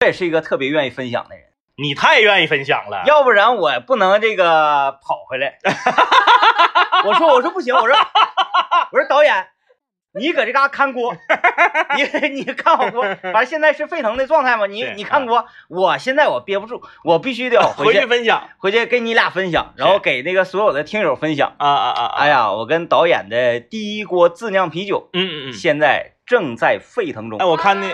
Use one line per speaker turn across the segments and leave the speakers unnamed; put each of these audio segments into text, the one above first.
我也是一个特别愿意分享的人，
你太愿意分享了。
要不然我不能这个跑回 来。我说我说不行，我说我说导演，你搁这嘎看锅， 你你看好锅，反正现在是沸腾的状态嘛，你
是
你看锅，我现在我憋不住，我必须得
啊回
回去
分享
回去跟你俩分享，然后给那个所有的听友分享。
啊啊啊！啊
哎，呀，我跟导演的第一锅自酿啤酒
嗯嗯嗯。
现在正在沸腾中
哎，，我看那，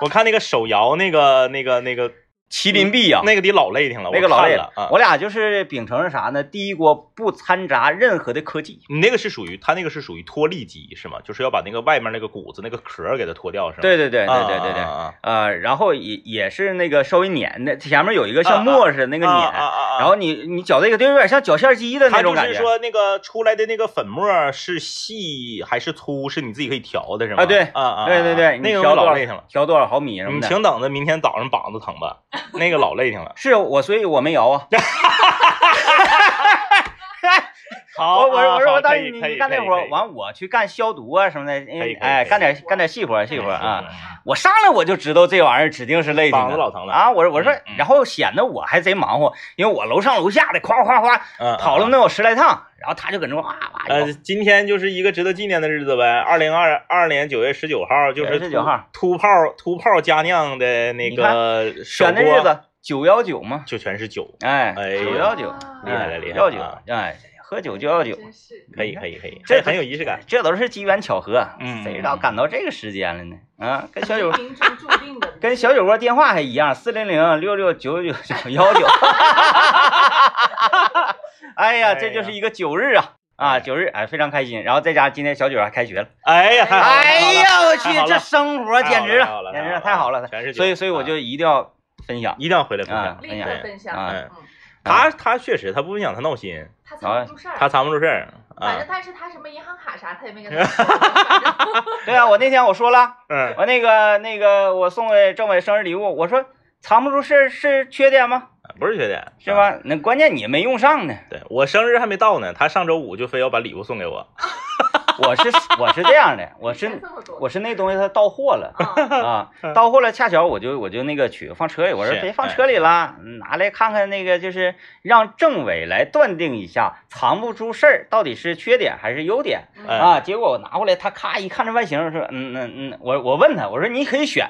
我看那个手摇那个那个那个
麒麟臂呀。
那个得老累挺了，
那个老
我
累
看了啊。
我俩就是秉承着啥呢？第一锅不掺杂任何的科技。
你那个是属于它那个是属于脱力机是吗？就是要把那个外面那个骨子那个壳儿给它脱掉是吗？
对对对
啊
对对对对。
啊啊
呃，然后也也是那个稍微粘的，前面有一个
啊啊
像沫似的那个
啊
碾，
啊啊啊
然后你你搅这个就有点像搅馅鸡的那
它
种
就
感觉。
是说那个出来的那个粉末是细还是粗，是你自己可以调的，是吗？
啊对
啊啊，
对对对，
那
你
个
调
我
多
老
少
累挺了。
调多少毫米什么
你
的。
请等着明天早上膀子疼吧，那个老累挺了。
是我，所以我没摇啊。
好，
我我
啊
说我说我当
当
时你你干那活儿，完我去干消毒啊什么的，因
可以
为
可以
哎
可以
干点干点细活儿细活儿啊。
啊，
我上来我就知道这玩意儿指定是累挺的
膀子老疼了
啊！我说我说
嗯嗯，
然后显得我还贼忙活，因为我楼上楼下的夸夸夸
嗯，
跑了
那。
能有十来趟，然后他就搁那哇哇摇
呃，今天就是一个值得纪念的日子呗，二零二二年九月十九号，就是
9月19号
突炮突炮佳酿的那个
选的
首播
日子九幺九嘛，
就全是酒，
哎，
哎
九
呀
幺九，
厉害了厉害了
幺九
啊，
哎，喝酒就要酒，
真是
可以可以可以，
这
很很有仪式感。
这都是机缘巧合，
嗯
谁知道赶到这个时间了呢？啊，跟小九
命中注 定的，
跟小酒窝电话还一样，四零零六六九九 九幺九， 哎呀，这就是一个九日啊。啊，九日哎，非常开心。然后再加上今天小九还开学了，
哎呀，太好了
哎呀，我去
太好，了
这生活简直
太好了
简直
太好了啊
太好了。
全是酒
所以，所以我就一定要分享。
一定要回来分
啊
享。
立刻分享。
啊
嗯，
他他确实他不分享他闹心，
他藏不住事儿，
啊他藏不住事儿
反正
啊。
但是他什么银行卡啥他也没跟他 说，反正
对啊，我那天我说了，
嗯，
我那个那个，我送给政委生日礼物，我说藏不住是是缺点吗？
不是缺点，
是
啊？
吧？那关键你没用上呢。
对我生日还没到呢，他上周五就非要把礼物送给我。
我是我是这样的，我是
这么多
我是那东西它到货 了
啊，
啊，到货了，恰巧我就我就那个取放车里，我说
是
别放车里了，拿来看看那个，就是让政委来断定一下，藏不出事儿到底是缺点还是优点
哎
啊。结果我拿过来，他咔一看这外形，说嗯嗯嗯，我我问他，我说你可以选，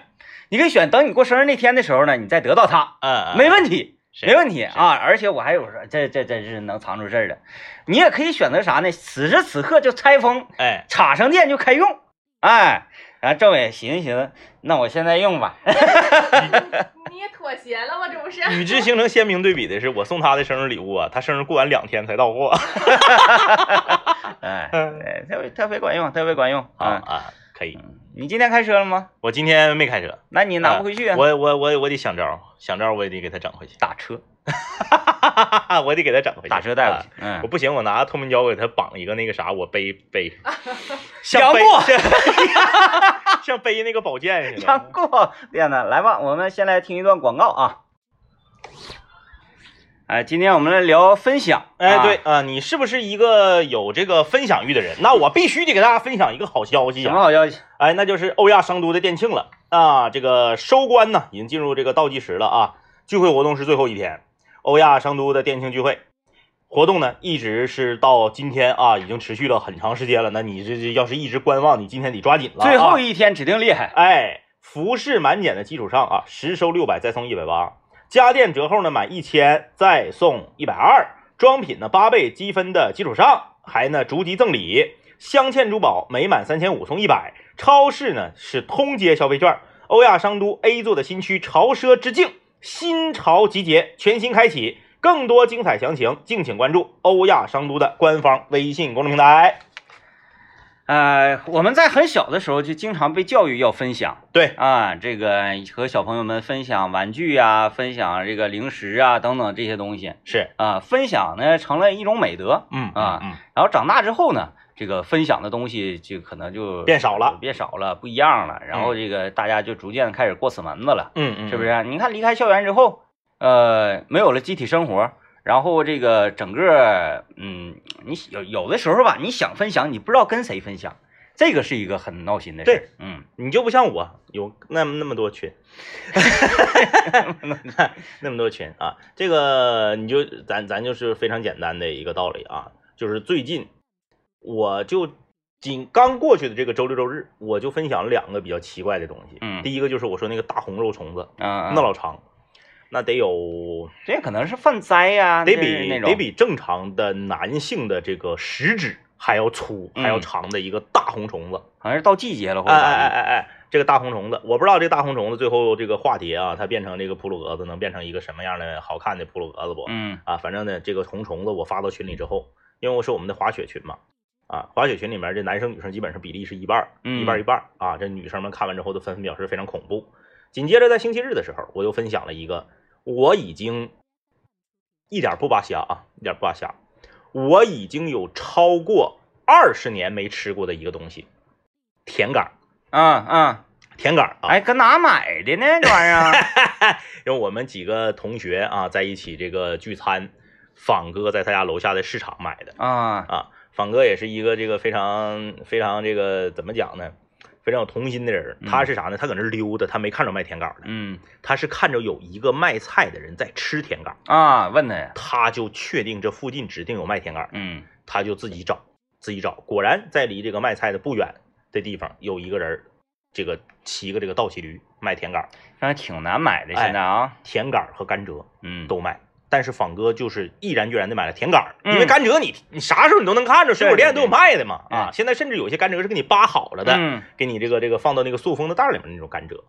你可以选，等你过生日那天的时候呢，你再得到它。
嗯，
没问题，
是
没问题啊！而且我还有说，这这真是能藏出事儿的。你也可以选择啥呢？此时此刻就拆封，
哎，
插上电就开用。哎，然后政委寻思寻思，那我现在用吧。
你也妥协了吗？这不是？
与之形成鲜明对比的是，我送他的生日礼物啊，他生日过完两天才 到货。
哎，
嗯
哎特别特别管用，特别管用
啊
啊！
啊，可以。
你今天开车了吗？
我今天没开车，
那你拿不回去啊？，
我我我我得想招儿，想招儿我也得给他整回去
打车，
我得给他整回去，
打车带回
啊
去。嗯
我，不行，我拿透明胶给他绑一个那个啥，我背背，
杨
像背
过
像像背那个 宝剑似
杨
的。
过练的，来吧，我们先来听一段广告啊。哎，今天我们来聊分享。
哎，
啊
对，啊，你是不是一个有这个分享欲的人？那我必须得给大家分享一个好消息
什么
啊！
好消息？
哎，那就是欧亚商都的店庆了啊！这个收官呢，已经进入这个倒计时了啊！聚会活动是最后一天，欧亚商都的店庆聚会活动呢，一直是到今天啊，已经持续了很长时间了。那你这这要是一直观望，你今天得抓紧了、啊。
最后
一
一天指定厉害。
哎，服饰满减的基础上啊，实收六百再送一百八，家电折后呢满一千再送一百二，装品呢八倍积分的基础上还呢逐级赠礼，镶嵌珠宝每满三千五送一百，超市呢是通街消费券，欧亚商都 A 座的新区潮奢之境新潮集结全新开启。更多精彩详情，敬请关注欧亚商都的官方微信公众平台。
呃，我们在很小的时候就经常被教育要分享
对，
啊，这个和小朋友们分享玩具啊，分享这个零食啊等等这些东西
是，
啊，分享呢成了一种美德。
嗯
啊
嗯，
然后长大之后呢，这个分享的东西就可能就
变少了
变少了，不一样了。然后这个大家就逐渐开始过死门子了，
嗯嗯，
是不？是？你看离开校园之后，呃，没有了集体生活。然后这个整个，嗯，你有有的时候吧，你想分享，你不知道跟谁分享，这个是一个很闹心的事儿。嗯，
你就不像我有那么那么多群，哎那么多群啊，这个你就咱咱就是非常简单的一个道理啊，就是最近我就仅刚过去的这个周六周日，我就分享了两个比较奇怪的东西。
嗯
第一个就是我说那个大红肉虫子，
啊，
那老长，那得有
这可能是犯灾呀，
得
这是
比
那种
得比正常的男性的这个食指还要粗还要
嗯
长的一个大红虫子。
好像是到季节了，或者
哎
咋
哎哎
的
哎哎，这个大红虫子，我不知道这个大红虫子最后这个化蝶啊，它变成这个扑鲁格子能变成一个什么样的好看的扑鲁格子不？
嗯
啊，反正呢，这个红虫子我发到群里之后，因为我是我们的滑雪群嘛，啊，滑雪群里面这男生女生基本上比例是一半儿，
嗯
一半儿一半儿啊。这女生们看完之后都纷纷表示非常恐怖。紧接着在星期日的时候，我又分享了一个，我已经一点儿不扒瞎啊，一点儿不扒瞎，我已经有超过二十年没吃过的一个东西，甜杆儿，
啊啊，
甜杆儿啊，
哎，搁哪买的呢？这玩意儿啊
因为我们几个同学啊在一起这个聚餐，仿哥在他家楼下的市场买的。
啊，
啊，仿哥也是一个这个非常非常这个怎么讲呢？非常有童心的人儿。
嗯
他是啥呢？他搁那儿溜达，他没看着卖甜杆儿的，
嗯
他是看着有一个卖菜的人在吃甜杆儿，
啊，问他呀，
他就确定这附近指定有卖甜杆儿，
嗯
他就自己找，自己找。果然在离这个卖菜的不远的地方有一个人儿，这个骑个这个倒骑驴卖甜杆儿，
但是挺难买的，
哎
现在啊，
甜杆儿和甘蔗
嗯，
都卖。但是仿哥就是毅然决然的买了甜杆儿，因为
嗯
甘蔗你你啥时候你都能看着，水果店都有卖的嘛
对
啊
对！
现在甚至有些甘蔗是给你扒好了的，
嗯
给你这个这个放到那个塑封的袋儿里面那种甘蔗，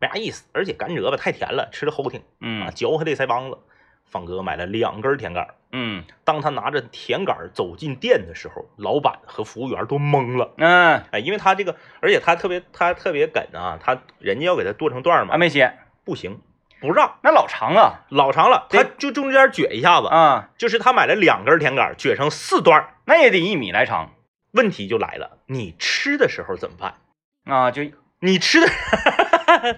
没啥意思。而且甘蔗吧太甜了，吃着齁挺啊，
嗯
嚼还得腮帮子。仿哥买了两根甜杆儿，
嗯
当他拿着甜杆儿走进店的时候，老板和服务员都懵了，
嗯，
哎，因为他这个，而且他特别他特别梗啊，他人家要给他剁成段儿嘛
安，啊没写，
不行，不让，
那老长啊
老长了，他就中间撅一下子。
啊，
就是他买了两根甜杆，撅成四段儿，
那也得一米来长
问题就来了，你吃的时候怎么办？
啊，就
你吃的，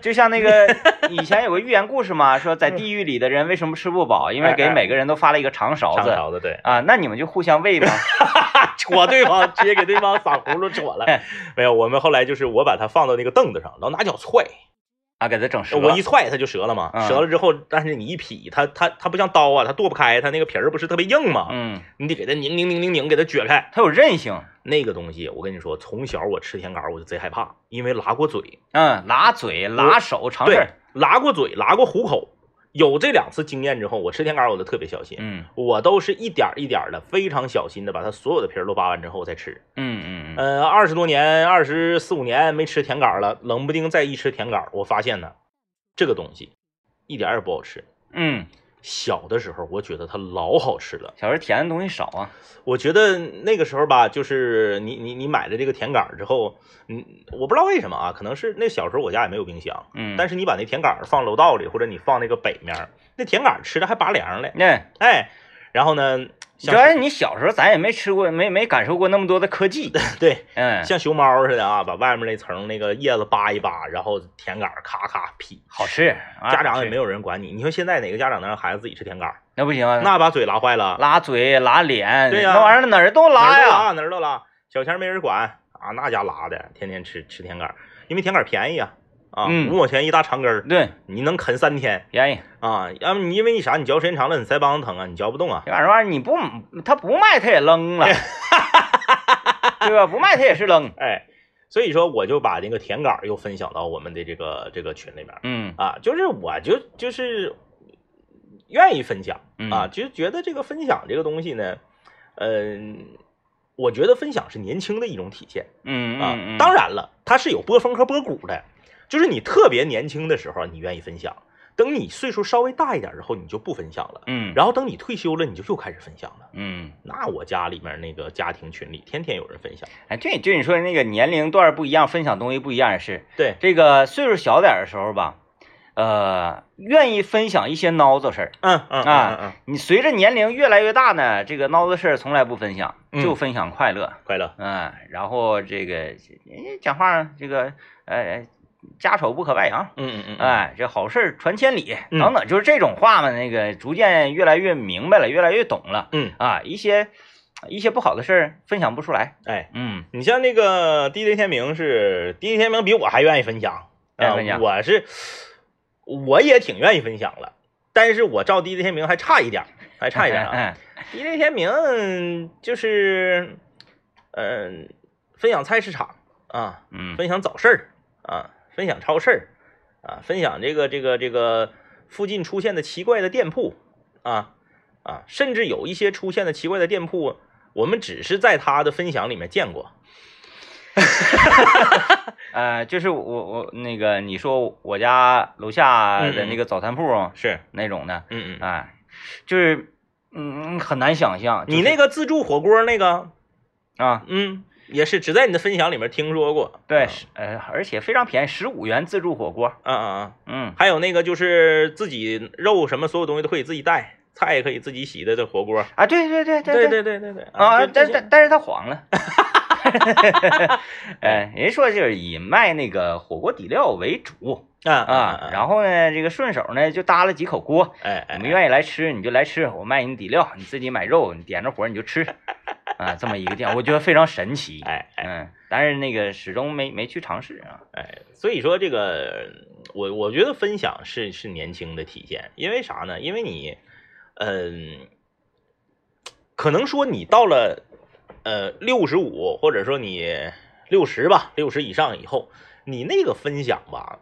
就像那 个以前有个寓言故事嘛，说在地狱里的人为什么吃不饱？因为
哎
给每个人都发了一个长勺子
子对，
啊，那你们就互相喂吧。
戳对方，直接给对方嗓葫芦戳了。
哎
没有，我们后来就是我把它放到那个凳子上，老拿脚踹，
啊，给他 整折。
我一踹它就折了嘛，
嗯
折了之后，但是你一劈它，它它不像刀啊，它剁不开，它那个皮儿不是特别硬嘛，
嗯，
你得给它拧拧拧拧拧，给它撅开。
他有韧性，
那个东西，我跟你说，从小我吃甜杆儿我就贼害怕，因为拉过嘴，
嗯，拉嘴、拉手、尝
对
试，，
拉过嘴，拉过虎口。有这两次经验之后，我吃甜杆儿我都特别小心，
嗯
我都是一点儿一点儿的，非常小心的把它所有的皮儿都扒完之后再吃。
嗯嗯嗯，
呃，二十多年，二十四五年没吃甜杆儿了，冷不丁再一吃甜杆儿，我发现呢，这个东西一点儿也不好吃。
嗯，
小的时候，我觉得它老好吃了。
小时候甜的东西少啊，
我觉得那个时候吧，就是你你你买了这个甜杆儿之后，嗯，我不知道为什么啊，可能是那小时候我家也没有冰箱，
嗯，
但
是
是你把那甜杆儿放楼道里，或者你放那个北面儿，那甜杆儿吃的还拔凉嘞，
那
哎，然后呢，
主要
像
是你小时候咱也没吃过，没没感受过那么多的科技，
对，
嗯，
像熊猫似的啊，把外面那层那个叶子扒一扒，然后甜杆儿咔咔劈，
好吃，啊
家长也
好
没
吃
有人管你。你说现在哪个家长能让孩子自己吃甜杆儿？
那不行啊，
那把嘴拉坏了，
拉嘴、拉脸，
对呀
那玩意儿哪儿都
哪
拉
儿都
呀，
哪儿都拉。小钱儿没人管啊，那家拉的，天天吃吃甜杆儿，因为甜杆儿便宜啊，啊，
嗯
五毛钱一大长根儿，
对，
你能啃三天
便宜。
啊。要么你因为你啥，你嚼时间长了，你腮帮子疼啊，你嚼不动啊。
这玩意儿你不他不卖他也扔 了，对吧？不卖他也是扔。
哎，所以说我就把那个甜杆儿又分享到我们的这个这个群里面儿
嗯
啊，就是我就就是愿意分享
嗯
啊，就觉得这个分享这个东西呢，嗯、我觉得分享是年轻的一种体现
嗯
啊。
嗯，
当然了，它是有波峰和波谷的，就是你特别年轻的时候，你愿意分享。等你岁数稍微大一点之后，你就不分享了。
嗯，
然后等你退休了，你就又开始分享了。
嗯，
那我家里面那个家庭群里，天天有人分享。
哎，对，就你说的那个年龄段不一样，分享东西不一样也是。
对，
这个岁数小点儿的时候吧，呃，愿意分享一些孬子事儿。
嗯嗯嗯嗯嗯，
你随着年龄越来越大呢，这个孬子事儿从来不分享，
嗯
就分享快乐。
快乐。
嗯，然后这个人家讲话这个呃，家丑不可外扬。
嗯嗯嗯
哎，这好事儿传千里，
嗯
等等，就是这种话嘛，那个逐渐越来越明白了，越来越懂了
嗯
啊。一些一些不好的事儿分享不出来。
哎，
嗯，
你像那个 DJ 天明是 DJ 天明比我还愿意分享，
愿意
啊
分享
我是我也挺愿意分享了，但是我照 DJ 天明还差一点儿，还差一点儿啊。
嗯，
DJ 天明就是，嗯、分享菜市场啊，
嗯，
分享早市儿啊，分享超市儿啊，分享这个这个这个附近出现的奇怪的店铺啊啊，甚至有一些出现的奇怪的店铺，我们只是在他的分享里面见过。
呃，就是我我那个你说我家楼下的那个早餐铺
是，
那种的，
嗯嗯，
哎，就是嗯很难想象。
你那
个
个自助火锅那个，
啊，
嗯，也是只在你的分享里面听说过。
对，是呃，而且非常便宜，十五元自助火锅，
啊啊啊！
嗯，
还有那个就是自己肉什么所有东西都可以自己带，菜也可以自己洗的这火锅。
啊，对对对对
对对对对
啊，
这
但
这
但但是它黄 了。哎，人家说就是以卖那个火锅底料为主
啊
啊，
后
然后呢，这个顺手呢就搭了几口锅，
哎哎
你们愿意来吃你就来吃，我卖你底料，你自己买肉，你点着火你就 吃，啊，这么一个店，我觉得非常神奇，
哎哎
嗯，但是那个始终没没去尝试啊，
哎，所以说这个我我觉得分享是是年轻的体现，因为啥呢？因为你嗯、可能说你到了呃六十五，或者说你六十吧，六十以上以后，你那个分享吧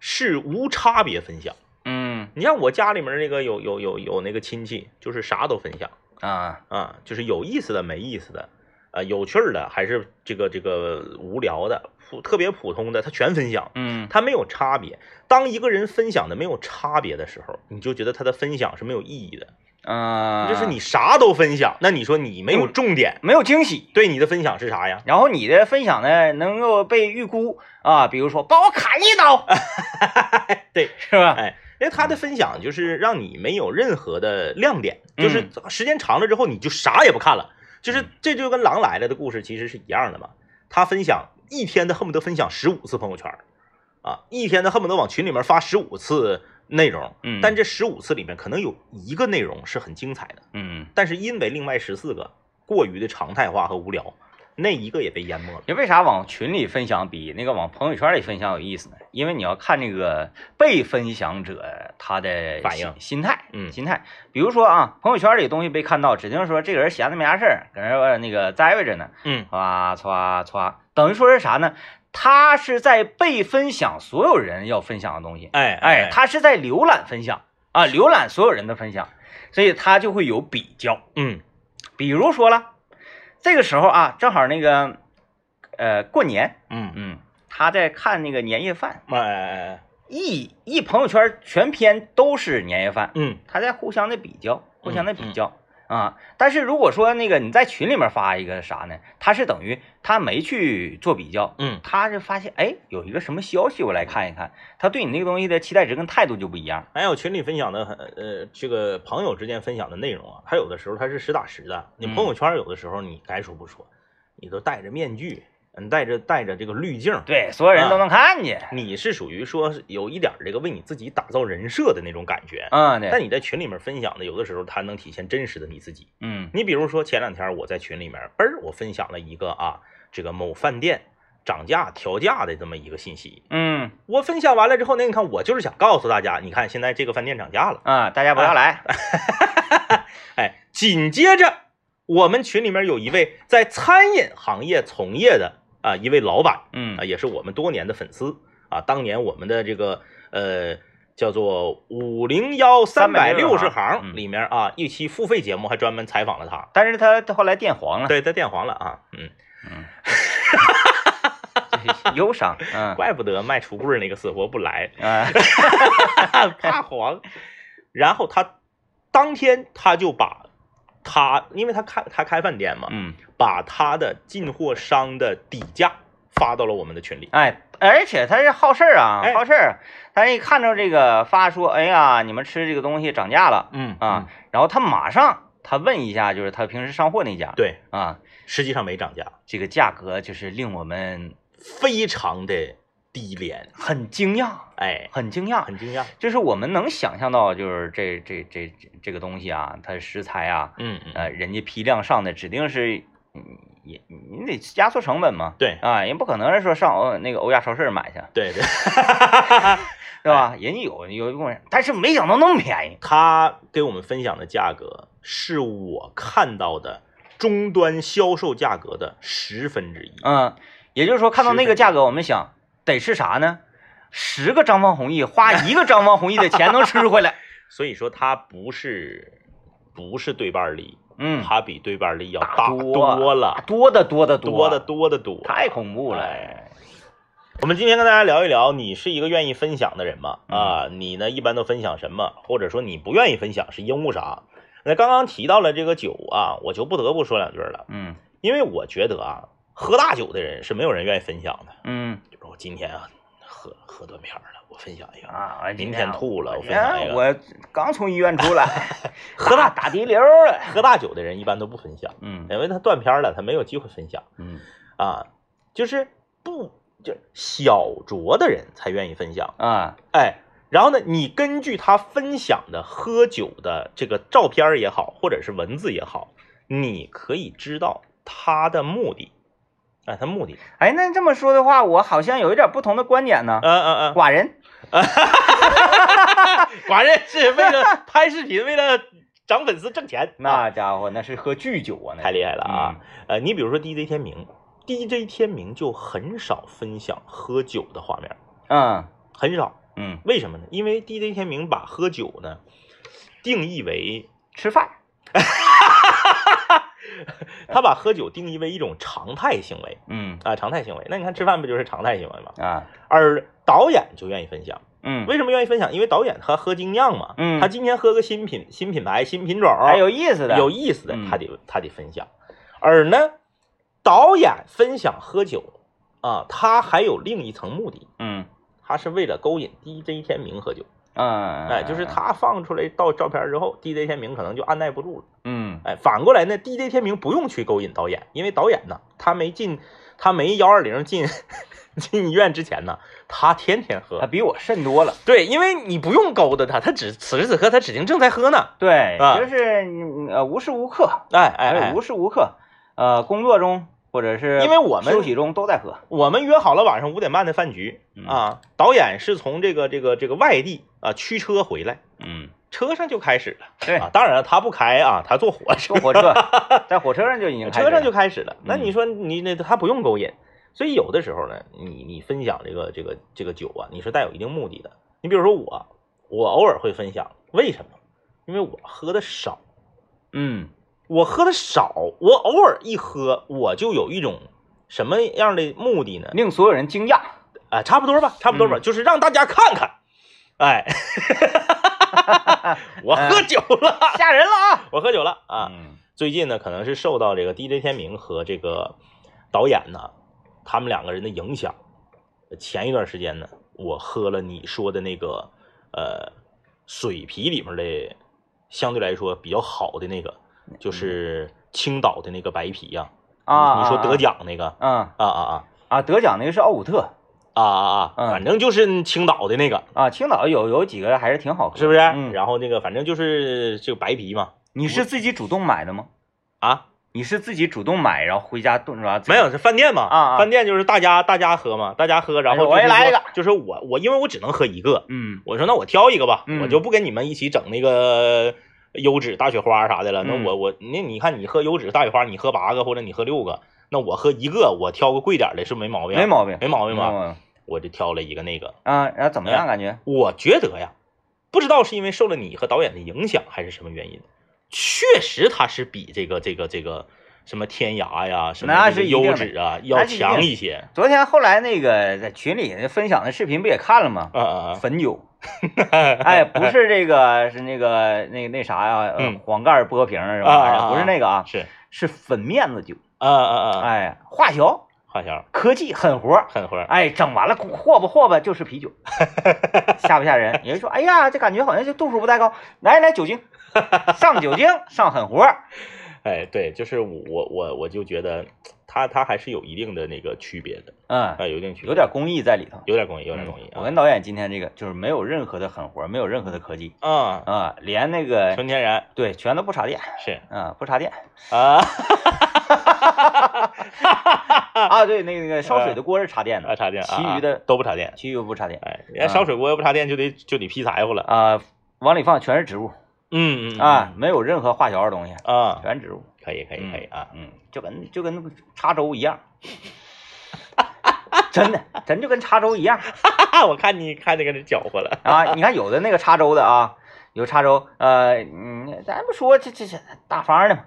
是无差别分享。
嗯
你像我家里面那个有有有有那个亲戚，就是啥都分享
啊，
啊，就是有意思的、没意思的，呃，有趣儿的还是这个这个无聊的、普特别普通的，他全分享，
嗯
他没有差别。当一个人分享的没有差别的时候，你就觉得他的分享是没有意义的。
啊，
就是你啥都分享，那你说你没有
嗯
重点，
没有惊喜。
对你的分享是啥呀？
然后你的分享呢，能够被预估啊，比如说帮我砍一刀，
对，
是吧？
哎，因为他的分享就是让你没有任何的亮点，就是时间长了之后你就啥也不看了，就是
嗯
这就跟狼来了的故事其实是一样的嘛。他分享一天的恨不得分享十五次朋友圈儿，啊，一天的恨不得往群里面发十五次内容，
嗯
但这十五次里面可能有一个内容是很精彩的，
嗯，
但是因为另外十四个过于的常态化和无聊，那一个也被淹没了。
你为啥往群里分享比那个往朋友圈里分享有意思呢？因为你要看这个被分享者他的
反
心
应
心态，
嗯
心态。比如说啊，朋友圈里东西被看到，指定说这个人闲的没啥事儿，搁那儿那个栽歪着呢，
嗯，
歘歘歘，等于说是啥呢？他是在被分享所有人要分享的东西，
哎
哎，他是在浏览分享啊，浏览所有人的分享，所以他就会有比较。
嗯
比如说了，这个时候啊，正好那个呃过年，
嗯，
嗯，他在看那个年夜饭，
哎哎哎，
一一朋友圈全篇都是年夜饭，
嗯
他在互相的比较，互相的比较。啊，但是如果说那个你在群里面发一个啥呢？他是等于他没去做比较，
嗯
他是发现哎有一个什么消息我来看一看，他对你那个东西的期待值跟态度就不一样。
还有群里分享的很呃，这个朋友之间分享的内容啊，他有的时候他是实打实的。你
嗯
朋友圈有的时候你该说不说，你都戴着面具，嗯，戴着戴着这个滤镜，
对，所有人
啊
都能看见。
你是属于说有一点儿这个为你自己打造人设的那种感觉。
嗯，对，
但你在群里面分享的，有的时候它能体现真实的你自己。
嗯
你比如说前两天我在群里面，嘣儿我分享了一个啊，这个某饭店涨价调价的这么一个信息。
嗯
我分享完了之后呢，你看我就是想告诉大家，你看现在这个饭店涨价了。
啊，大家不要来，
哎，紧接着我们群里面有一位在餐饮行业从业的啊、一位老板啊、
嗯
也是我们多年的粉丝啊，当年我们的这个呃叫做五零幺三百六十
360
行
嗯
里面啊，一期付费节目还专门采访了他，
但是他后来电黄了，
对他电黄了啊，嗯，
嗯， 这是忧伤，嗯
怪不得卖橱柜那个死活不来，
啊，
怕黄。然后他当天他就把他，因为他开他开饭店嘛，
嗯，
把他的进货商的底价发到了我们的群里。
哎，而且他是好事儿啊
哎，
好事儿，他一看到这个发说，哎呀，你们吃这个东西涨价了
嗯
啊，，然后他马上他问一下，就是他平时上货那家，
对，
啊，
实际上没涨价，
这个价格就是令我们
非常的低廉，
很惊讶，
哎，
很惊讶，
很惊讶。
就是我们能想象到，就是这这这这这个东西啊，它食材啊，
嗯嗯，
呃，人家批量上的指定是，嗯也你得压缩成本嘛，
对
啊，人不可能是说上欧那个欧亚超市买去，
对对，
对
哎
吧？人家有有一部分，但是没想到那么便宜，
他给我们分享的价格是我看到的终端销售价格的十分之一。
嗯，也就是说看到那个价格，我们想得是啥呢？十个张方红毅花一个张方红毅的钱能吃回 来，
所以说它不是不是对半梨，
嗯，
它比对半梨要
大
大
多
多了，
多的多的
多
的
的多的多。
太恐怖了，
哎我们今天跟大家聊一聊，你是一个愿意分享的人吗？
嗯
啊，你呢一般都分享什么？或者说你不愿意分享是因为啥？那刚刚提到了这个酒啊，我就不得不说两句了，
嗯
因为我觉得啊，喝大酒的人是没有人愿意分享的。
嗯
就说我今天啊喝喝断片儿了，我分享一个。
啊，
明天吐了，我分享一
哎，
个。
我刚从医院出来，
喝大
打滴溜儿了。
喝大酒的人一般都不分享，
嗯
因为他断片儿了，他没有机会分享
嗯
啊。就是不就小酌的人才愿意分享。
啊
哎，然后呢，你根据他分享的喝酒的这个照片儿也好，或者是文字也好，你可以知道他的目的。哎，他目的，
哎，那这么说的话，我好像有一点不同的观点呢。
嗯 嗯嗯，
寡人，
寡人是为了 拍视频，为了涨粉丝挣钱，啊
那家伙那是喝巨酒啊，那
太厉害了啊！呃，你比如说 DJ 天明，DJ 天明就很少分享喝酒的画面，
嗯
很少。
嗯，
为什么呢？因为 DJ 天明把喝酒呢定义为，
吃饭
他把喝酒定义为一种常态行为
嗯
啊、常态行为。那你看吃饭不就是常态行为吗？
啊
而导演就愿意分享，
嗯，
为什么愿意分享？因为导演他喝精酿嘛，
嗯
他今天喝个新品、新品牌、新品种，
还有意思的，
有意思的
嗯，
他得他得分享。而呢，导演分享喝酒啊，他还有另一层目的，
嗯
他是为了勾引 DJ 天明喝酒。
嗯，
哎，就是他放出来到照片之后，DJ 天明可能就按耐不住了。
嗯
哎，反过来呢，DJ 天明不用去勾引导演，因为导演呢，他没进，他没幺二零进 进医院之前呢，他天天
他
喝。
比我甚多了。
对，因为你不用勾搭他，他只此时此刻他指定正在喝呢。
对，
啊
就是嗯呃无时无刻，
哎哎
哎
哎，
无时无刻，呃工作中或者是
因为我们啊
休息中都在喝。
我们约好了晚上五点半的饭局
嗯
啊，导演是从这个这个这个外地啊驱车回来，
嗯，
车上就开始了
对，
啊。当然了，他不开啊，他坐火车
坐，火车， 在火车上就已经开始
车
了
上就开始了。那
嗯
你说你那他不用勾引，所以有的时候呢，你你分享这个这个这个酒啊，你是带有一定目的的。你比如说我，我偶尔会分享，为什么？因为我喝的少，
嗯
我喝的少，我偶尔一喝，我就有一种什么样的目的呢？
令所有人 惊讶。
啊，差不多吧，差不多吧，
嗯
就是让大家看看， 哎，我喝酒了，
吓人了啊！
我喝酒了啊。
嗯
最近呢，可能是受到这个 DJ 天明和这个导演呢，他们两个人的影响。前一段时间呢，我喝了你说的那个呃水啤里面的，相对来说比较好的那个，就是青岛的那个白啤呀、
嗯啊，
你你说得
啊，
奖那个啊
嗯
啊啊
啊，得奖那个是奥古特
啊啊啊，
嗯
反正就是青岛的那个。
啊，青岛有有几个还是挺好喝。
是不是？
嗯
然后那个反正就是这个白啤嘛，
你是自己主动买的吗？
啊，
你是自己主动买，然后回家炖着自己
没有是饭店嘛，
啊啊哎
饭店就是大家大家喝嘛，大家喝，然后
我也
就是
来一
说
个，
就是我我因为我只能喝一个，
嗯
我说那我挑一个吧，
嗯
我就不跟你们一起整那个优质大雪花啥的了，
嗯
那我我那你看你喝优质大雪花，你喝八个或者你喝六个，那我喝一个，我挑个贵点儿的是没毛病，
没毛病，
没毛病吧？哎
嗯
我就挑了一个那个，
啊，然后怎么样感觉？
我觉得呀，不知道是因为受了你和导演的影响，还是什么原因，确实它是比这个这个这个什么天涯呀，什么
那
这个
是一定的
优质啊要
那是一定的
强一些。
昨天后来那个在群里分享的视频不也看了吗？
啊啊
汾 酒，哎，不是这个，是那个那那啥呀、呃
嗯
黄盖儿波瓶儿是吧？
啊啊啊
不是那个啊，
是
是粉面子酒，
啊啊啊！
哎，化学
画小
科技狠活儿，
狠活儿，
哎，整完了霍吧霍吧就是啤 酒，吓不吓人？有人说，哎呀，这感觉好像这度数不太高，来来酒精， 上酒精，上狠活儿，
哎，对，就是我我我我就觉得它它还是有一定的那个区别的，
嗯，
啊，有一定区别，
有点公益在里头，
有点公益，有点公益
嗯我
啊
跟导演今天这个就是没有任何的狠活，没有任何的科技
啊，
啊，连那个
纯天然
对全都不插电
是
啊，不插电
啊
啊，对那个那个烧水的锅是插电
啊，
的，
插电，啊
其
啊
余的嗯
都不插电，
其余不插电
哎，人家烧水锅要不插电就得就得劈柴火了，
啊，往里放全是植物
嗯嗯
啊，没有任何化学的东西，
啊，
全植物，
可以可以可以啊，
嗯，就跟就跟插粥一样，真的真就跟插粥一样。
哈哈，啊 我看你看着搁这搅和了，
啊，你看有的那个插粥的啊，有插粥，呃，嗯，咱不说这这这大方的嘛，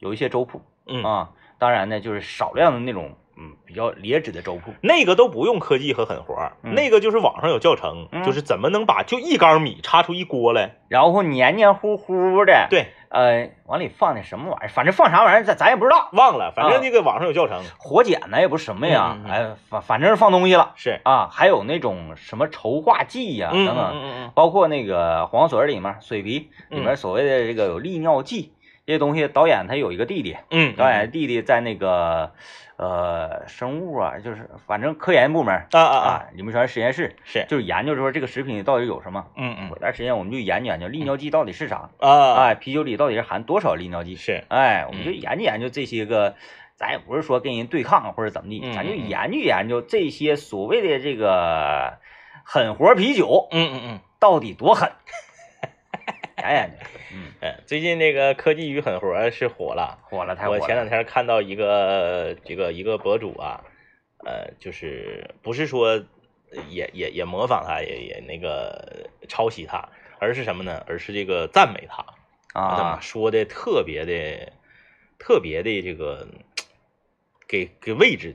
有一些粥铺
嗯
啊，当然呢，就是少量的那种嗯比较劣质的粥铺，
那个都不用科技和狠活儿，
嗯
那个就是网上有教程，
嗯
就是怎么能把就一缸米插出一锅来。
然后黏黏糊糊的，，
对，
呃，往里放点什么玩意儿，反正放啥玩意儿咱咱也不知道，
忘了，反
啊
正那个网上有教程，
火碱呢也不是什么呀
嗯，嗯嗯
哎，反反正是放东西了
是，
啊，还有那种什么稠化剂呀、
嗯
等
嗯
等，
嗯
包括那个黄水里面水皮里面
嗯
所谓的这个有利尿剂。这些东西，导演他有一个弟弟，
嗯，
导演弟弟在那个呃生物啊，就是反正科研部门
啊啊啊，
啊，李木泉实验室
是，
就是研究说这个食品里到底有什么。
嗯嗯
过段时间我们就研究研究利尿剂到底是啥，
啊，
哎，啤酒里到底是含多少利尿剂？
是，
哎，我们就研究研究这些个，咱也不是说跟人对抗或者怎么地，
嗯
咱就
嗯嗯
研究研究这些所谓的这个狠活啤酒
嗯嗯嗯，
到底多狠，研研究，嗯，
哎，最近这个科技与狠活儿是火了，
火了太火
我
了，
前两天看到一个这个一个博主啊，呃，就是不是说也也也模仿他，也也那个抄袭他，而是什么呢？而是这个赞美他。他们
啊，
说的特别的、特别的这个，给给位置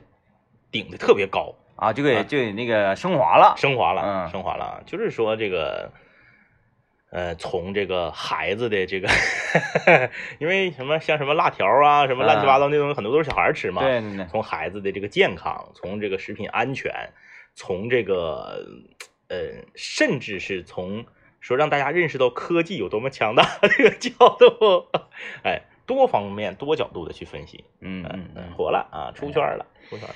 顶的特别高，
啊，就给就给那个升华了，
升华了，
嗯
升华了。啊就是说这个，呃，从这个孩子的这个， 因为什么像什么辣条啊，什么乱七八糟那东西，很多都是小孩儿吃嘛。
对对对，
从孩子的这个健康，从这个食品安全，从这个呃，甚至是从说让大家认识到科技有多么强大这个角度，哎，多方面、多角度的去分析，
嗯嗯嗯。
呃
哎
火了啊，出圈了，出圈了。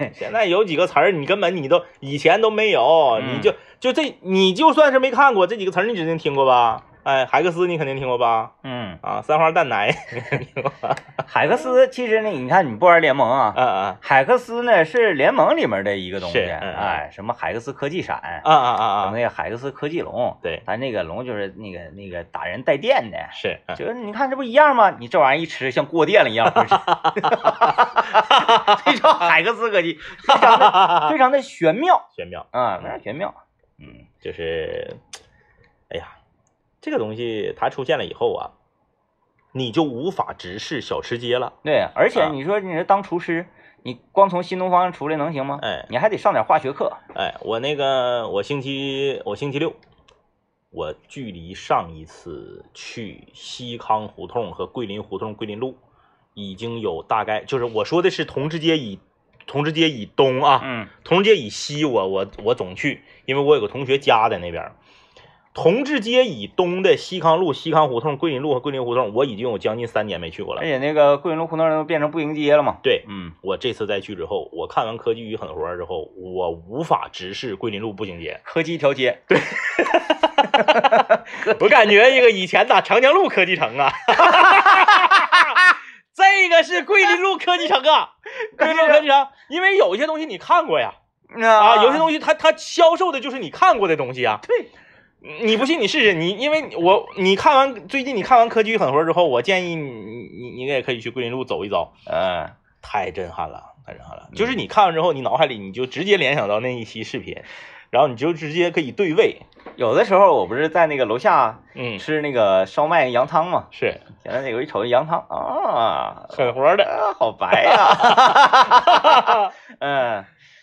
嗯 现在有几个词儿，你根本你都以前都没有，
嗯
你就就这，你就算是没看过这几个词儿，你指定听过吧？哎，海克斯你肯定听过吧？
嗯，
啊，三花淡奶，你肯定听过吧？
海克斯其实呢，你看你不玩联盟啊，
啊啊
海克斯呢是联盟里面的一个东西，
是嗯嗯
哎，什么海克斯科技闪，
啊啊
什么
啊啊！
那个海克斯科技龙，
对，
咱那个龙就是那个那个打人带电的，
是，嗯
就是你看这不一样吗？你这玩意儿一吃像过电了一样，不是 这叫海克斯科技，非常的非常的玄妙
玄妙，
啊，非常玄妙，嗯
就是，哎呀，这个东西它出现了以后啊，你就无法直视小吃街了。
对，而且
啊
你说你是当厨师，你光从新东方出来能行吗？
哎
你还得上点化学课，
哎，我那个，我星期我星期六，我距离上一次去西康胡同和桂林胡同、桂林路，已经有大概就是我说的是同志街以同志街以东啊，
嗯。
同志街以西我，我我总去，因为我有个同学家在那边儿。同志街以东的西康路、西康胡同、桂林路和桂林胡同，我已经有将近三年没去过
而
了。
且那个桂林路胡同都变成步行街了嘛。
对
嗯，，
我这次再去之后，我看完《科技与狠活》之后，我无法直视桂林路步行街
科技一条街。
我感觉一个以前咋长江路科技城啊，这个是桂林路科技城啊，桂林路科技城，因为有一些东西你看过呀，啊，有些
西
东西它它销售的就是你看过的东西啊。
对，
你不信你试试，你因为我你看完最近你看完《科技与狠活》之后，我建议你你你也可以去桂林路走一走，
嗯，
太震撼了，太震撼了！就是你看完之后，你脑海里你就直接联想到那一期视频，然后你就直接可以对位，
有的时候我不是在那个楼下
嗯，
吃那个烧麦羊汤嘛，
是
前两天有一瞅羊汤啊，
狠 活的，
啊好白啊呀、嗯，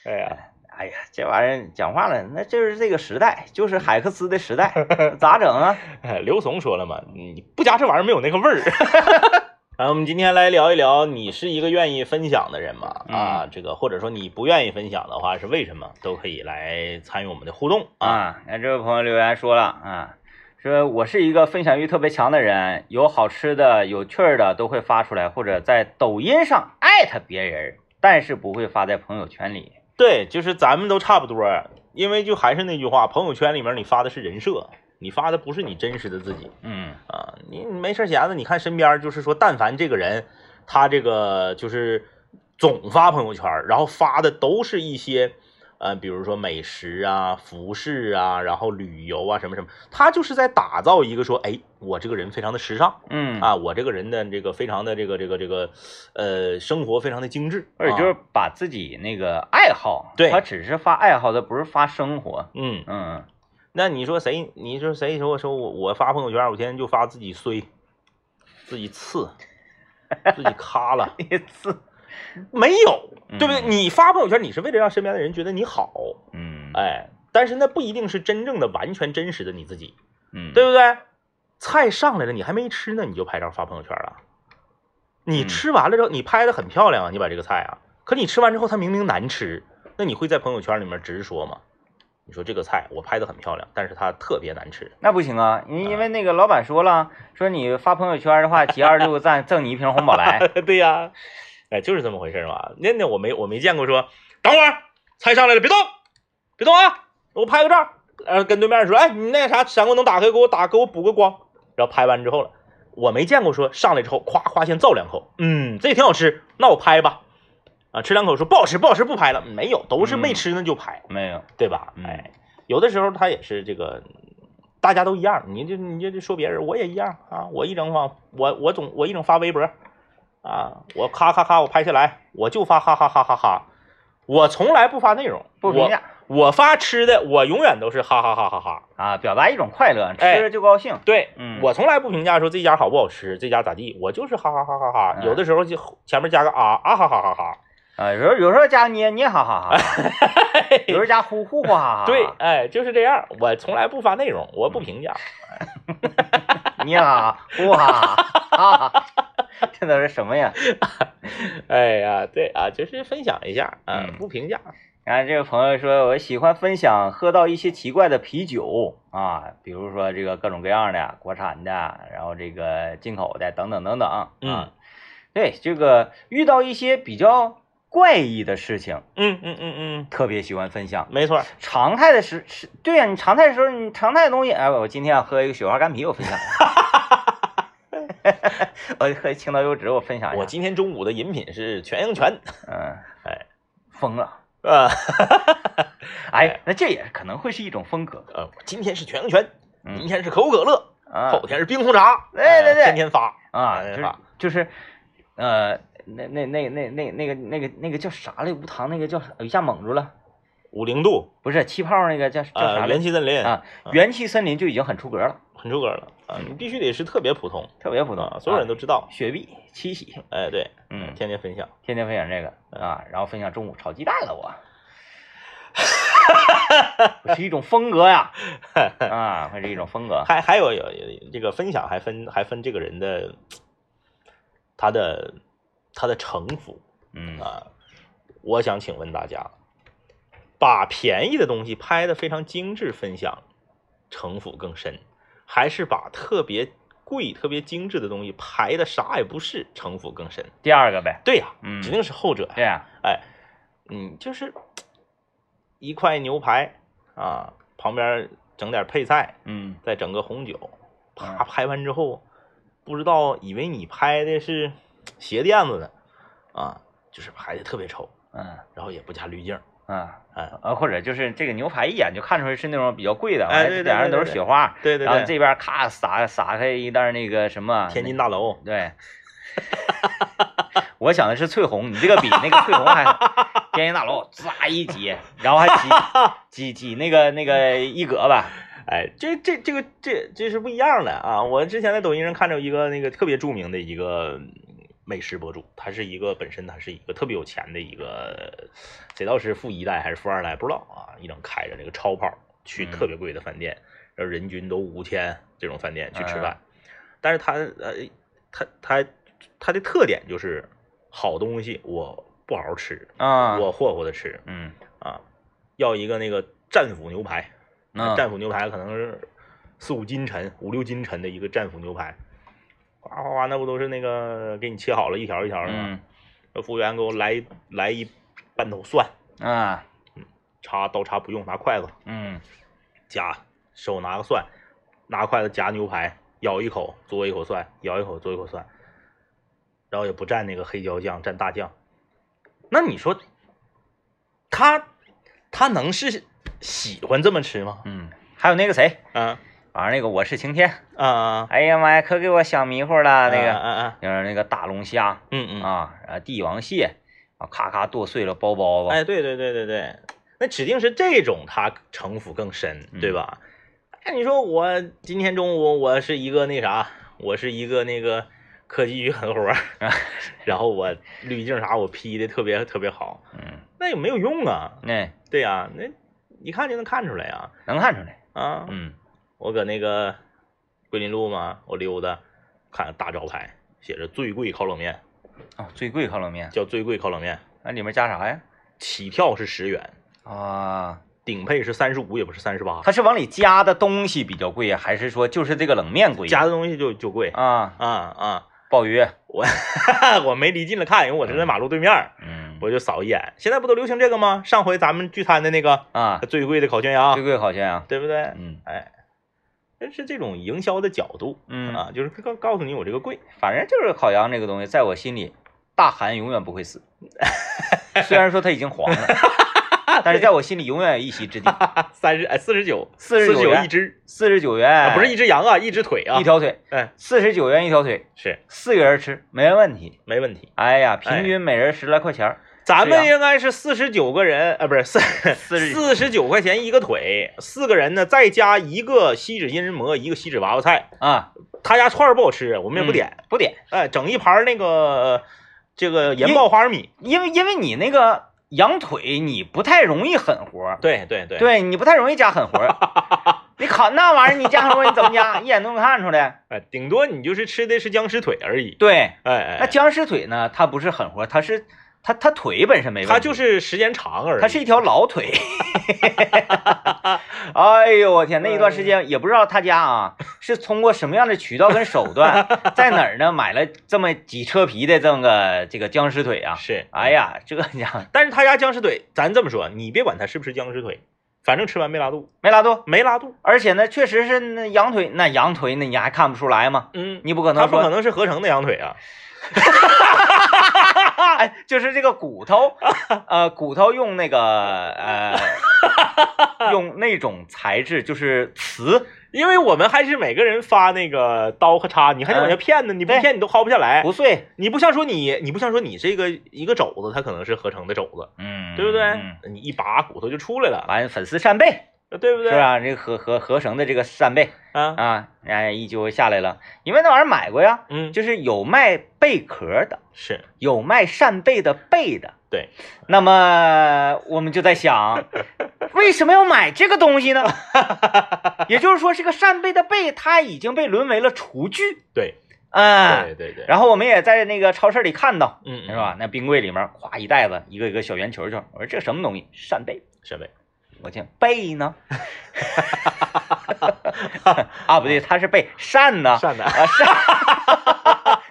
哎呀，
哎呀，这玩意儿讲话了，那就是这个时代，就是海克斯的时 代，咋整啊？
哎刘怂说了嘛，你不加这玩意儿没有那个味儿。 然后我们今天来聊一聊，你是一个愿意分享的人吗？啊，这个或者说你不愿意分享的话是为什么？都可以来参与我们的互动啊。
啊，那这位朋友留言说了啊，说我是一个分享欲特别强的人，有好吃的、有趣儿的都会发出来，或者在抖音上艾特别人，但是不会发在朋友圈里。
对，就是咱们都差不多，因为就还是那句话，朋友圈里面你发的是人设，你发的不是你真实的自己
嗯
啊。你你没事闲的，你看身边就是说，但凡这个人，他这个就是总发朋友圈，然后发的都是一些。呃，比如说美食啊、服饰啊，然后旅游啊，什么什么，他就是在打造一个说，哎，我这个人非常的时尚
嗯，
啊，我这个人的这个非常的这个这个这个，呃，生活非常的精致，
而且
啊
就是把自己那个爱好，
对
他只是发爱好，他不是发生活。
嗯，
嗯，
那你说谁？你说谁说说我我发朋友圈，我天天就发自己衰，自己次，自己卡了，
一次，
没有，对不对？
嗯
你发朋友圈，你是为了让身边的人觉得你好，
嗯
哎，但是那不一定是真正的、完全真实的你自己，
嗯，
对不对？菜上来了，你还没吃呢，你就拍照发朋友圈了。你
嗯
吃完了之后，你拍的很漂亮啊，你把这个菜啊，可你吃完之后它明明难吃，那你会在朋友圈里面直说吗？你说这个菜我拍的很漂亮，但是它特别难吃。
那不行啊，你因为那个老板说了，说你发朋友圈的话，集二十六个赞，赠你一瓶红宝 来。
对呀、哎，就是这么回事儿嘛。那那我没我没见过说，等会儿菜上来了，别动，别动啊，我拍个照。然后跟对面说，哎，你那个啥闪光灯打开，给我打，给我补个光。然后拍完之后了，我没见过说上来之后夸夸先造两口，嗯，这也挺好吃，那我拍吧。啊，吃两口说不好吃，不好吃不拍了，没有，都是
嗯
没吃呢就拍，
没有，
对吧？
嗯
哎，有的时候他也是这个，大家都一样，你就你就说别人，我也一样啊，我一整发我我总我一整发微博，啊，我咔咔咔我拍下来，我就发哈哈哈哈哈，我从来不发内容，
不评价
我，我发吃的，我永远都是哈哈哈哈哈，
啊，表达一种快乐，
哎
吃着就高兴。
对。
嗯，
我从来不评价说这家好不好吃，这家咋地，我就是哈哈哈哈哈。
嗯
有的时候就前面加个啊啊哈哈哈哈。
啊，有时候有时候加捏捏哈哈哈哈， 有时候加呼呼哈哈哈，
对，哎，就是这样。我从来不发内容，我不
嗯
评价。
捏哈哈呼哈哈哈哈， 这都是什么呀？
哎呀，对啊，就是分享一下，啊，
嗯
不评价。
然后这个朋友说，我喜欢分享喝到一些奇怪的啤酒啊，比如说这个各种各样的国产的，然后这个进口的等等等等啊。
嗯
对，这个遇到一些比较怪异的事情，
嗯嗯嗯
特别喜欢分享
嗯，。没错儿。
常态的时是，对呀、你常态的时候，你常态的东西，哎，我今天要喝一个雪花干啤，我分享一下。 我就喝青岛优质，我分享一
我
下。
今天中午的饮品是全羊泉。
嗯，
哎，
疯了，
啊，
哎，那这也可能会是一种风格。
呃，今天是全羊泉，
嗯
明天是可口可乐，
啊，
后天是冰红茶。
对
哎
对对
天天发。
啊，
哎
就是
吧
就是，呃，那那那那那那个那个那个叫啥来？无糖那个叫啥哎一下蒙住了，
五零度，
不是气泡那个叫叫
呃，
啥来
元？气森林，嗯
啊，元气森林就已经很出格了，
很出格了啊！你必须得是特别普通
特别普通
啊，，所有人
都
都知道。
雪碧、七喜，
哎，对，
嗯，
天天分享。
天天分享这个
嗯
啊，然后分享中午炒鸡蛋了我。 我是一种风格 呀，啊，会是一种风格。
还还有有有这个分享还分还分这个人的他的他的城府
嗯
啊。我想请问大家，把便宜的东西拍的非常精致分享，城府更深，还是把特别贵、特别精致的东西拍的啥也不是，城府更深？
第二个呗，
对呀、
嗯
指定是后者呀。
对呀，
哎，嗯，就是一块牛排啊，旁边整点配菜，
嗯，
再整个红酒，啪
嗯
拍完之后，不知道以为你拍的是鞋垫子呢，啊，就是拍的特别丑，
嗯
然后也不加滤镜，
啊
哎，
啊，或者就是这个牛排一眼就看出来是那种比较贵的，
哎
完了
对
这
对
点上
对
都是
对
雪花，
对对
然后
对，
这边咔撒撒开一袋那个什么
天津
大，
大楼，
对， 我想的是翠红，你这个比那个翠红还天津大楼扎一挤，然后还 挤挤挤那个那个一格吧，
哎，这这这个这这是不一样的啊！我之前在抖音上看着一个那个特别著名的一个嗯美食博主，他是一个本身他是一个特别有钱的一个，谁知道是富一代还是富二代不知道啊，一整开着那个超跑去
嗯
特别贵的饭店，然后人均都五千这种饭店去吃饭，但是他呃他他他的特点就是好东西我不好好吃，
啊，
我霍霍的吃
嗯
啊，要一个那个战斧牛排。
嗯
战斧牛排可能是四五斤沉、五六斤沉的一个战斧牛排，哗哗哗，那不都是那个给你切好了一条一条的吗？
嗯
那服务员给我来一来一半头蒜，
啊
叉刀叉不用，拿筷子
嗯
夹，手拿个蒜，拿筷子夹牛排，咬一口嘬一口蒜，咬一口嘬一口蒜，然后也不蘸那个黑椒酱，蘸大酱。那你说，他他能是喜欢这么吃吗？
嗯，还有那个谁，
嗯
完了那个我是晴天，
啊，
哎呀妈呀，可给我想迷糊了啊那个，
嗯嗯
就是那个大龙虾
嗯嗯，
啊，然后帝王蟹啊，咔咔剁碎了包包子，
哎，对对对对对，那指定是这种他城府更深，
嗯
对吧？那、你说我今天中午我是一个那啥，我是一个那个科技与狠活儿，
啊
然后我滤镜啥我 P 的特别特别好，
嗯，
那也没有用啊，
那
对呀、那一看就能看出来呀、
能看出来，
啊，
嗯
我搁那个桂林路嘛，我溜达，看大招牌写着最贵烤冷面，
啊，最贵烤冷面，
叫最贵烤冷面，
那里面加啥呀？
起跳是十元，
啊，
顶配是三十五，也不是三十八。
它是往里加的东西比较贵呀，还是说就是这个冷面贵呀？
加的东西就就贵啊
啊，
啊！
鲍鱼，
我我没离近了看，因为我是在马路对面儿，
嗯，
我就扫一眼。现在不都流行这个吗？上回咱们聚餐的那个
啊，
最贵的烤全羊
最，贵烤全羊，
对不对？
嗯
哎，这是这种营销的角度
嗯
啊，就是告告诉你我这个贵。
反正就是烤羊这个东西，在我心里，大韩永远不会死。 虽然说它已经黄了，但是在我心里永远有一席之地。
三十哎，四十九，
49
九
元
一只，
四十九元、
啊不是一只羊啊，一只腿啊
一，条腿，
哎，
四十九元一条腿，
是
四个人吃没问题。
没问题。
哎呀，平均每人十来块钱儿，
咱
是
们
啊
应该是四十九个人，啊，不是四
49
四十九块钱一个腿，四个人呢，再加一个锡纸金针蘑，一个锡纸娃娃菜。
啊，
他家串儿不好吃，我们也
嗯
不点。
不点，
哎，整一盘儿那个这个盐爆花生米。
因为因为你那个羊腿你不太容易狠活儿，
对对对，
对你不太容易加狠活 儿，你烤那玩意儿你加狠活儿你怎么加，一眼都能看出来。
哎，顶多你就是吃的是僵尸腿而已。
对，
哎哎，
那僵尸腿呢？它不是狠活，它是它它腿本身没问题，
它就是时间长而已。
它是一条老 腿。哎呦我天，那一段时
哎
间也不知道他家啊是通过什么样的渠道跟手 段，在哪儿呢买了这么几车皮的这么个这个僵尸腿啊！
是，
哎呀，这家伙
但是他家僵尸腿，咱这么说，你别管它是不是僵尸腿，反正吃完没拉肚，
没拉肚，
没拉肚。
而且呢，确实是那羊腿，那羊腿那你还看不出来吗？
嗯，
你不可
它
能
不可
说，
能是合成的羊腿啊。
哎，就是这个骨 头，呃，骨头用那个呃，用那种材质，就是瓷，
因为我们还是每个人发那个刀和叉，你还得往下骗呢，你不
嗯对
骗你都薅不下来。
不碎，
你不像说你，你不像说你这个一个肘子，它可能是合成的肘子，
嗯，
对不
嗯
对？你一拔骨头就出来了，
完粉丝扇贝，
对不对？
是啊，这个合合合成的这个扇贝
啊，
啊，哎，一揪下来了。因为那玩意儿买过呀，
嗯，
就是有卖贝壳的，
是
有卖扇贝的贝的。
对，
那么我们就在 想，为什么要买这个东西呢？也就是说，这个扇贝的贝它已经被沦为了厨具，
对，
哎、
对对对，
然后我们也在那个超市里看到，
嗯，
是？吧？那冰柜里面咵一袋子，一个一个小圆球球。我说这什么东西？扇贝。
设备
我见贝呢？ 啊，不对，他是贝扇呢，
善的，
啊扇，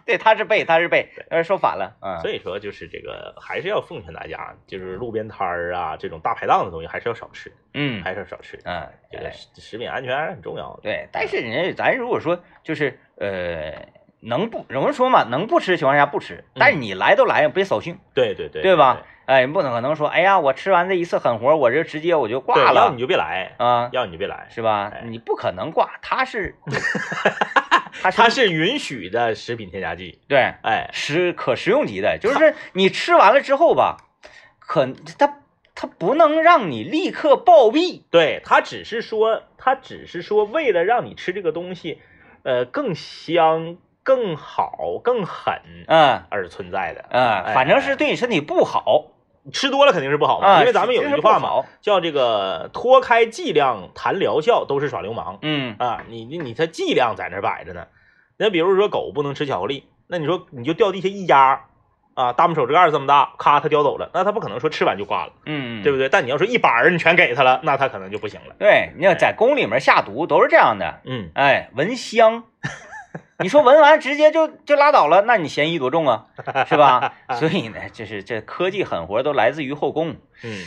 对，他是贝，他是贝，呃，说反了，嗯，
所以说就是这个还是要奉劝大家，就是路边摊儿啊这种大排档的东西还是要少吃，
嗯，
还是要少吃，
嗯，
这
对
个食食品安全还是很重要的。
对，但是人家咱如果说就是呃，能不，有人说嘛，能不吃的情况下不吃，但
嗯
是你来都来，别扫兴，
对对对，
对吧？？哎，不能可能说，哎呀，我吃完这一次狠活，我这直接我就
对，
挂
要
了
你就别来，
啊，
要你就别来。
是吧
哎？
你不可能挂，他 是， 他
它
是
是允许的食品添加剂，
对。
哎，
食可食用级的，就是你吃完了之后吧，可它它不能让你立刻暴毙，
对，它只是说，它只是说为了让你吃这个东西，呃，更香、更好、更狠
嗯
而存在的。
嗯，反正
哎
是对你身体不好
吃多了肯定是不好嘛，
啊，
因为咱们有
真
一
是
句话
不
嘛，
好，
叫这个脱开剂量谈疗效都是耍流氓
嗯
啊！你你你，它剂量在那儿摆着呢。那比如说狗不能吃巧克力，那你说你就掉地下一压，啊，大拇手指盖这么大，咔他叼走了，那他不可能说吃完就挂了，
嗯，
对不
对？
对？但你要说一板儿你全给他了，那他可能就不行了。
对，你要在宫里面下毒都是这样的，
嗯，
哎，闻香。你说闻完直接就就拉倒了，那你嫌疑多重啊，是吧？所以呢，就是这科技狠活都来自于后宫。
嗯，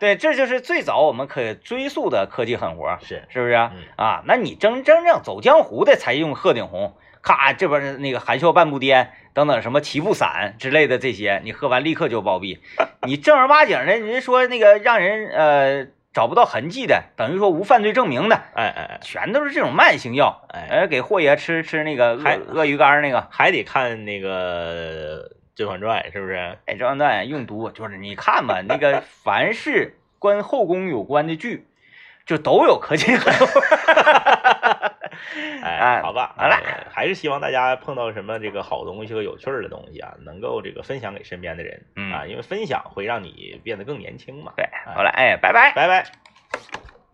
对，这就是最早我们可追溯的科技狠活，
是，
是不是啊
嗯？
啊，那你真真正走江湖的才用鹤顶红，咔，这边那个含笑半步癫等等什么七步散之类的这些，你喝完立刻就暴毙。你正儿八经的，人说那个让人呃找不到痕迹的，等于说无犯罪证明的，
哎哎
全都是这种慢性药。
哎哎，
哎，给霍爷吃吃那个
还
鳄鳄鱼干儿那个，
还得看那个《甄嬛传》，是不是？
哎，这王大爷用毒就是你看吧，那个凡是跟后宫有关的剧，就都有科 技狠活。
哎，
哎
好吧，
好了
哎还是希望大家碰到什么这个好东西和有趣儿的东西啊，能够这个分享给身边的人
嗯
啊，因为分享会让你变得更年轻嘛。
对，好了，哎，拜拜。
拜拜。